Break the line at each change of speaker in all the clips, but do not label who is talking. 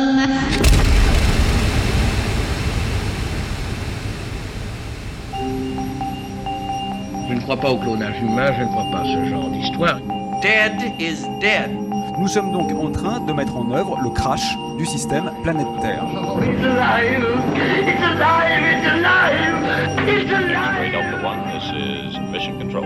L'inaudible.com
Je ne crois pas au clonage humain, je ne crois pas à ce genre d'histoire.
Dead is dead.
Nous sommes donc en train de mettre en œuvre le crash du système planète Terre.
It's alive! It's alive! It's alive! It's alive!
Delta One, this is Mission Control.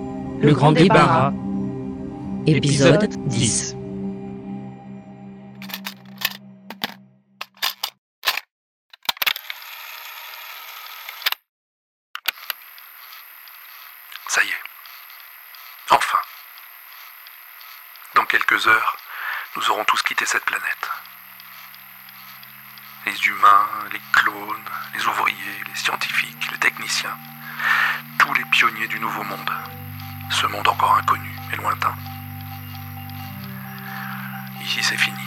Le grand débarras. Épisode 10.
Ça y est. Enfin. Dans quelques heures, nous aurons tous quitté cette planète. Les humains, les clones, les ouvriers, les scientifiques, les techniciens, tous les pionniers du nouveau monde. Ce monde encore inconnu et lointain. Ici, c'est fini.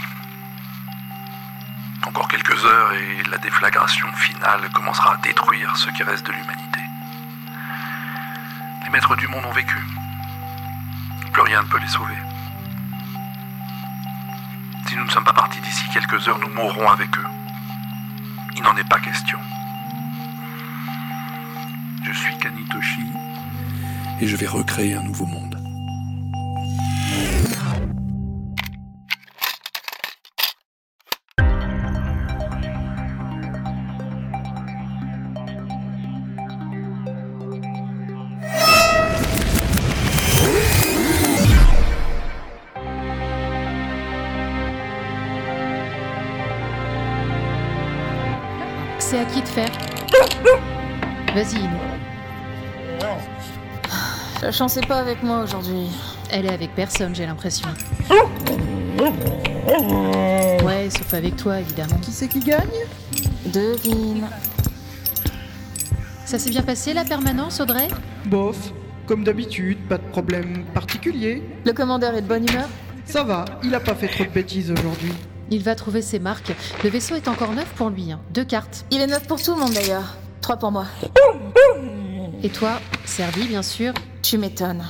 Encore quelques heures et la déflagration finale commencera à détruire ce qui reste de l'humanité. Les maîtres du monde ont vécu. Plus rien ne peut les sauver. Si nous ne sommes pas partis d'ici quelques heures, nous mourrons avec eux. Il n'en est pas question. Je suis Kanitoshi et je vais recréer un nouveau monde.
C'est à qui de faire Vas-y, Inou.
La chance est pas avec moi aujourd'hui.
Elle est avec personne, j'ai l'impression. Ouais, sauf avec toi, évidemment. Qui c'est qui gagne
Devine.
Ça s'est bien passé la permanence, Audrey
Bof, comme d'habitude, pas de problème particulier.
Le commandeur est de bonne humeur
Ça va, il a pas fait trop de bêtises aujourd'hui.
Il va trouver ses marques. Le vaisseau est encore neuf pour lui. hein. Deux cartes.
Il est neuf pour tout le monde d'ailleurs. Trois pour moi.
Et toi, servi, bien sûr.
Tu m'étonnes.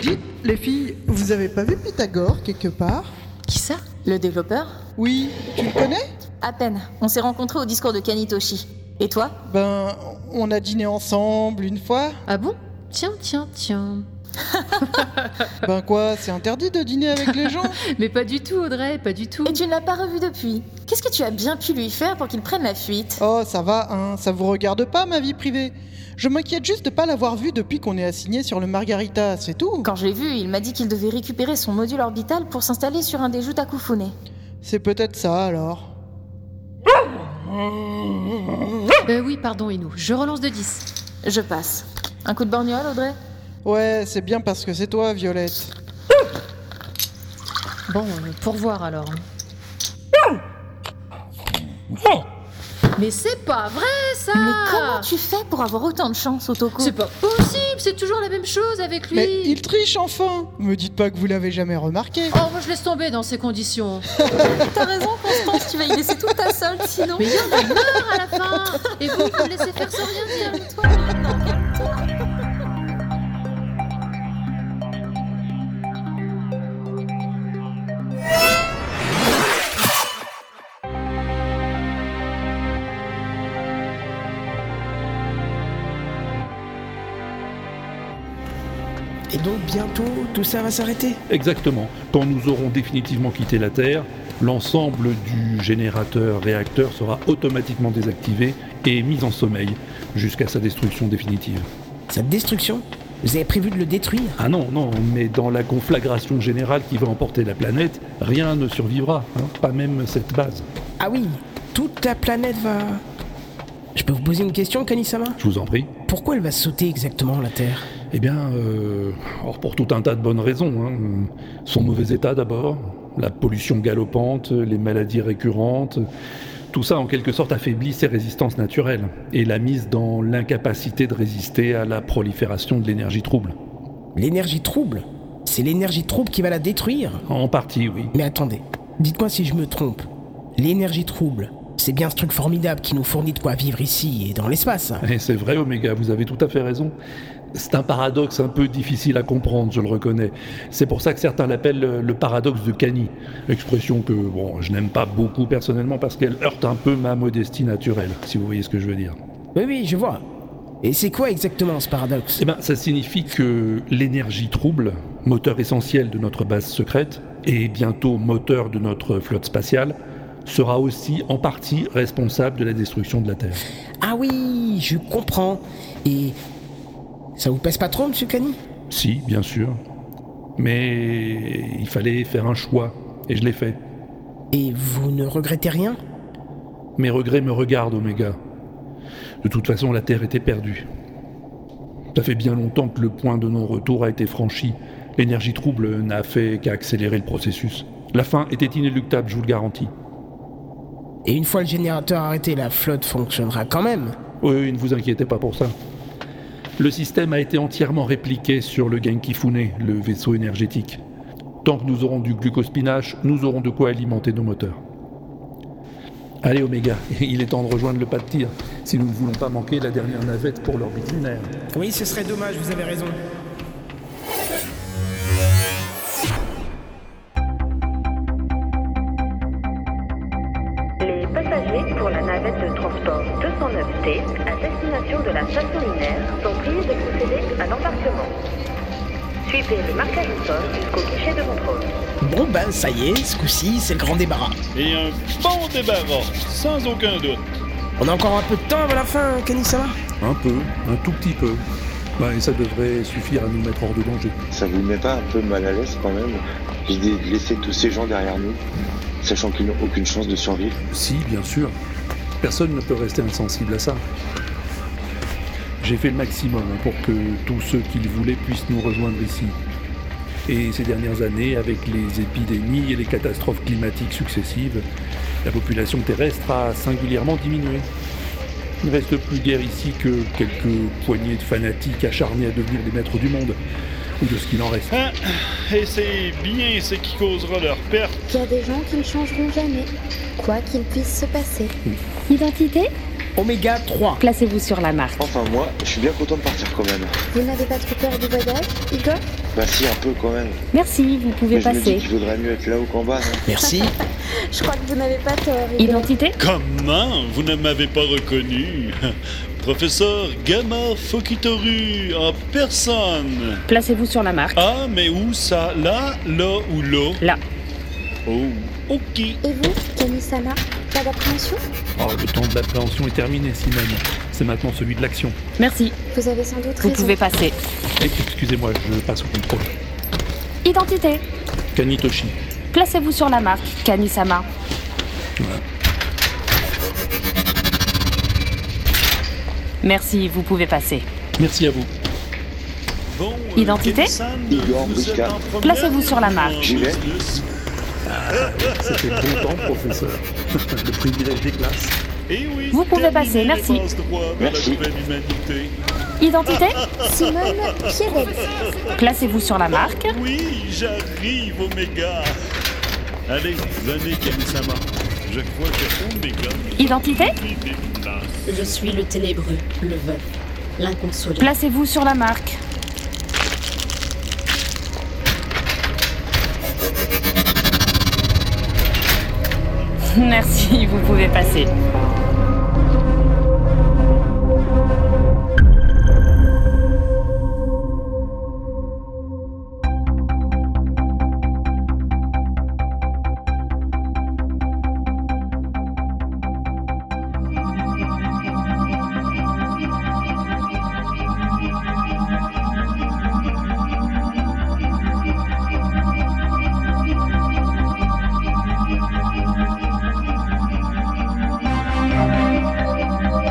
Dites, les filles, vous avez pas vu Pythagore quelque part
Qui ça
Le développeur
Oui, tu le connais
À peine. On s'est rencontrés au discours de Kanitoshi. Et toi
Ben, on a dîné ensemble une fois.
Ah bon Tiens, tiens, tiens.
Ben quoi, c'est interdit de dîner avec les gens
Mais pas du tout, Audrey, pas du tout.
Et tu ne l'as pas revu depuis. Qu'est-ce que tu as bien pu lui faire pour qu'il prenne la fuite
Oh, ça va, hein, ça vous regarde pas ma vie privée. Je m'inquiète juste de pas l'avoir vu depuis qu'on est assigné sur le Margarita, c'est tout.
Quand je l'ai vu, il m'a dit qu'il devait récupérer son module orbital pour s'installer sur un des joutes à Kufune.
C'est peut-être ça alors.
Euh, oui, pardon, Inou. Je relance de 10.
Je passe. Un coup de borgnole, Audrey
Ouais, c'est bien parce que c'est toi, Violette.
Bon, euh, pour voir alors. Mais c'est pas vrai ça
Mais comment tu fais pour avoir autant de chance, Otoko
C'est pas possible, c'est toujours la même chose avec lui.
Mais il triche enfin Me dites pas que vous l'avez jamais remarqué.
Oh, moi je laisse tomber dans ces conditions.
T'as raison, Constance, tu vas y laisser toute ta solde sinon.
Mais il y en a marre à la fin. Et vous, vous me laissez faire sans rien dire.
Toi, maintenant, calme-toi.
Et donc bientôt, tout ça va s'arrêter.
Exactement. Quand nous aurons définitivement quitté la Terre, l'ensemble du générateur-réacteur sera automatiquement désactivé et mis en sommeil jusqu'à sa destruction définitive.
Cette destruction, vous avez prévu de le détruire
Ah non, non, mais dans la conflagration générale qui va emporter la planète, rien ne survivra, hein, pas même cette base.
Ah oui, toute la planète va... Je peux vous poser une question, Kanisama
Je vous en prie.
Pourquoi elle va sauter exactement la Terre
Eh bien, euh, alors pour tout un tas de bonnes raisons. hein. Son mauvais état d'abord, la pollution galopante, les maladies récurrentes. Tout ça, en quelque sorte, affaiblit ses résistances naturelles et la mise dans l'incapacité de résister à la prolifération de l'énergie trouble.
L'énergie trouble C'est l'énergie trouble qui va la détruire
En partie, oui.
Mais attendez, dites-moi si je me trompe. L'énergie trouble, c'est bien ce truc formidable qui nous fournit de quoi vivre ici et dans l'espace.
Et c'est vrai, Oméga, vous avez tout à fait raison. C'est un paradoxe un peu difficile à comprendre, je le reconnais. C'est pour ça que certains l'appellent euh, le paradoxe de Cani, expression que bon, je n'aime pas beaucoup personnellement parce qu'elle heurte un peu ma modestie naturelle, si vous voyez ce que je veux dire.
Oui, oui, je vois. Et c'est quoi exactement ce paradoxe
Eh bien, ça signifie que l'énergie trouble, moteur essentiel de notre base secrète et bientôt moteur de notre flotte spatiale, sera aussi en partie responsable de la destruction de la Terre.
Ah oui, je comprends. Et ça vous pèse pas trop, monsieur Cani
Si, bien sûr. Mais il fallait faire un choix, et je l'ai fait.
Et vous ne regrettez rien
Mes regrets me regardent, Oméga. De toute façon, la Terre était perdue. Ça fait bien longtemps que le point de non-retour a été franchi. L'énergie trouble n'a fait qu'accélérer le processus. La fin était inéluctable, je vous le garantis.
Et une fois le générateur arrêté, la flotte fonctionnera quand même.
Oui, oui, ne vous inquiétez pas pour ça. Le système a été entièrement répliqué sur le Genkifune, le vaisseau énergétique. Tant que nous aurons du glucospinache, nous aurons de quoi alimenter nos moteurs. Allez Oméga, il est temps de rejoindre le pas de tir, si nous ne voulons pas manquer la dernière navette pour l'orbite lunaire.
Oui, ce serait dommage, vous avez raison.
Les passagers pour la navette de transport 209T à destination de la station lunaire sont priés de procéder à l'embarquement. Suivez le marquage au sol jusqu'au guichet de contrôle.
Bon ben, ça y est, ce coup-ci, c'est le grand débarras.
Et un bon débarras, sans aucun doute.
On a encore un peu de temps avant la fin, Cani, ça va
Un peu, un tout petit peu. Ouais, et ça devrait suffire à nous mettre hors de danger.
Ça vous met pas un peu mal à l'aise quand même L'idée de laisser tous ces gens derrière nous, sachant qu'ils n'ont aucune chance de survivre
Si, bien sûr. Personne ne peut rester insensible à ça. J'ai fait le maximum hein, pour que tous ceux qui le voulaient puissent nous rejoindre ici. Et ces dernières années, avec les épidémies et les catastrophes climatiques successives, la population terrestre a singulièrement diminué. Il ne reste plus guère ici que quelques poignées de fanatiques acharnés à devenir des maîtres du monde, ou de ce qu'il en reste.
Hein? Et c'est bien ce qui causera leur perte.
Il y a des gens qui ne changeront jamais, quoi qu'il puisse se passer. Identité
Oméga 3.
Placez-vous sur la marque.
Enfin moi, je suis bien content de partir quand même.
Vous n'avez pas trop peur du voyage, Igor
Bah si, un peu quand même.
Merci, vous pouvez
Mais je me dis
passer.
qu'il vaudrait mieux être là-haut qu'en bas. non
Merci.
Je crois que vous n'avez pas tort. Identité
Comment vous ne m'avez pas reconnu Professeur Gamma Fokitoru en personne.
Placez-vous sur la marque.
Ah, mais où ça Là, là ou là
Là.
Oh, ok.
Et vous, Kamisama Pas d'appréhension
Oh, le temps de l'appréhension est terminé, Simon. C'est maintenant celui de l'action.
Merci. Vous avez sans doute Vous pouvez passer.
Et- Excusez-moi, je passe au contrôle.
Identité
Kanitoshi.
Placez-vous sur la marque, Kamisama. Merci, vous pouvez passer.
Merci à vous.
Bon,
Identité
Igor, Brusca.
Placez-vous sur la marque.
J'y vais.
Ah, C'était bon temps, professeur. le privilège des classes.
Et oui,
Vous pouvez
terminé
passer,
le
merci.
passe-droit vers
Merci.
La nouvelle humanité.
Identité
Simone
Piedel. Placez-vous sur la marque.
Oui, j'arrive, Oméga. Allez, venez, Kamisama. Je crois que Oméga.
Identité
Je suis le ténébreux, le veuf, l'inconsolable.
Placez-vous sur la marque. Merci, vous pouvez passer.
Thank you.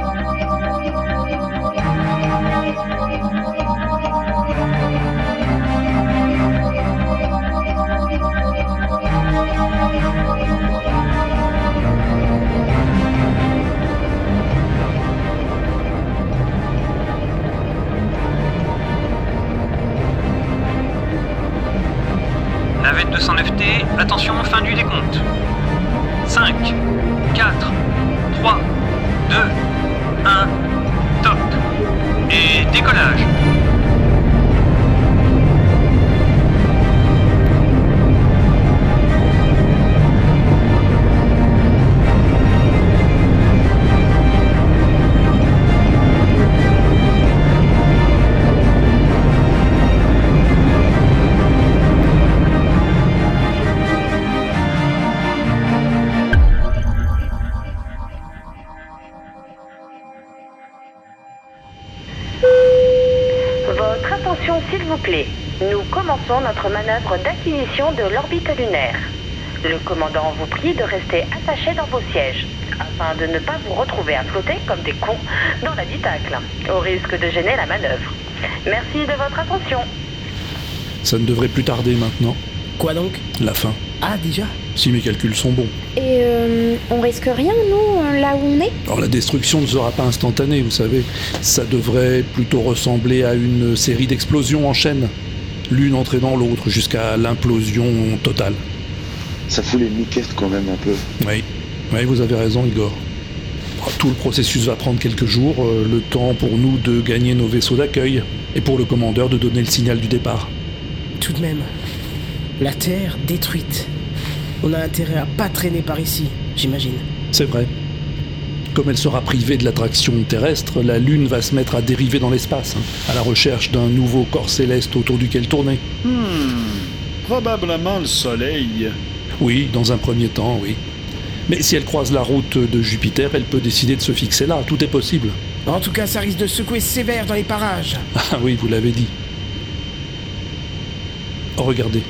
navette 209T, attention, fin du décompte. 5, 4, 3, 2, 1, top. Et décollage.
Votre attention, s'il vous plaît. Nous commençons notre manœuvre d'acquisition de l'orbite lunaire. Le commandant vous prie de rester attaché dans vos sièges, afin de ne pas vous retrouver à flotter comme des cons dans l'habitacle, au risque de gêner la manœuvre. Merci de votre attention.
Ça ne devrait plus tarder maintenant.
Quoi donc
La fin.
Ah déjà
Si mes calculs sont bons.
Et euh, on risque rien, non, euh, là où on est
Alors la destruction ne sera pas instantanée, vous savez. Ça devrait plutôt ressembler à une série d'explosions en chaîne, l'une entraînant l'autre jusqu'à l'implosion totale.
Ça fout les miquettes quand même un peu.
Oui, oui, vous avez raison, Igor. Oh, Tout le processus va prendre quelques jours, euh, le temps pour nous de gagner nos vaisseaux d'accueil et pour le commandeur de donner le signal du départ.
Tout de même, la Terre détruite. On a intérêt à pas traîner par ici, j'imagine.
C'est vrai. Comme elle sera privée de l'attraction terrestre, la Lune va se mettre à dériver dans l'espace, hein, à la recherche d'un nouveau corps céleste autour duquel tourner.
Hmm. Probablement le soleil.
Oui, dans un premier temps, oui. Mais si elle croise la route de Jupiter, elle peut décider de se fixer là, tout est possible.
En tout cas, ça risque de secouer sévère dans les parages.
Ah oui, vous l'avez dit. Oh, regardez.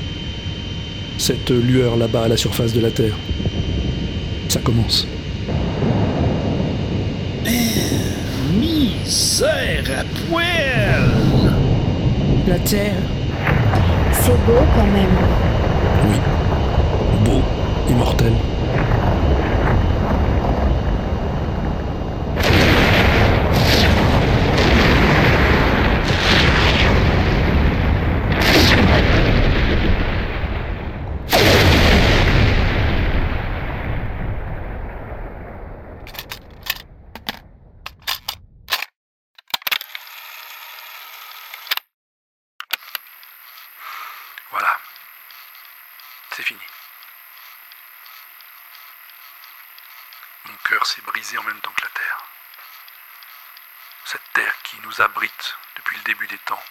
Cette lueur là-bas à la surface de la Terre. Ça commence.
Misère à poil!
La Terre
C'est beau quand même.
Oui. Beau, immortel.
Voilà. C'est fini. Mon cœur s'est brisé en même temps que la Terre. Cette Terre qui nous abrite depuis le début des temps.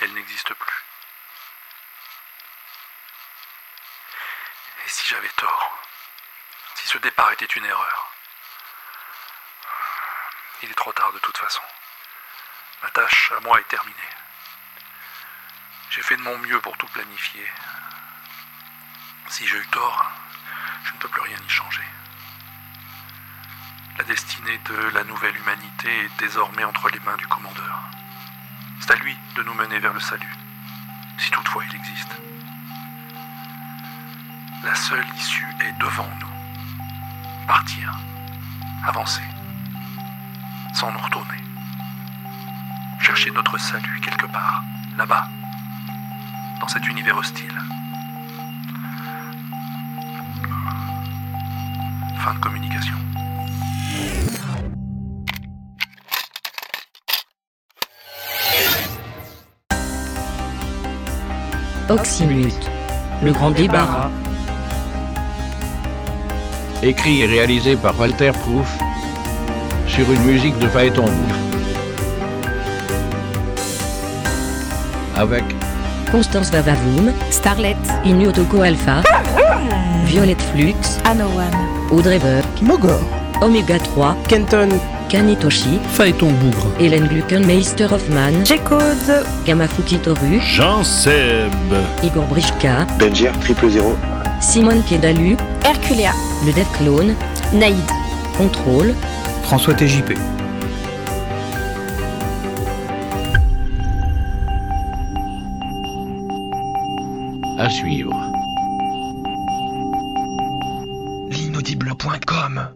Elle n'existe plus. Et si j'avais tort Si ce départ était une erreur Il est trop tard de toute façon. Ma tâche à moi est terminée. J'ai fait de mon mieux pour tout planifier. Si j'ai eu tort, je ne peux plus rien y changer. La destinée de la nouvelle humanité est désormais entre les mains du commandeur. C'est à lui de nous mener vers le salut, si toutefois il existe. La seule issue est devant nous. Partir, avancer, sans nous retourner. Chercher notre salut quelque part, là-bas, dans cet univers hostile. Fin de communication.
Oxymute. Le grand débarras.
Écrit et réalisé par Walter Proof sur une musique de Phaéton Avec
Constance Vavavoum.
Starlet.
Inu Otoko Alpha. Violette Flux.
Anowan.
Audrey Burke.
Mogor.
Omega 3.
Kenton.
Kanitoshi.
Phaéton bougre.
Hélène Gluckenmeister Hoffman.
J-Code.
Kamafuki Toru.
Jean Seb.
Igor Brishka.
Benjir triple zéro.
Simone Kedalu.
Herculea.
Le Dev Clone.
Naïd.
Contrôle.
François TJP.
à suivre.
L'inaudible.com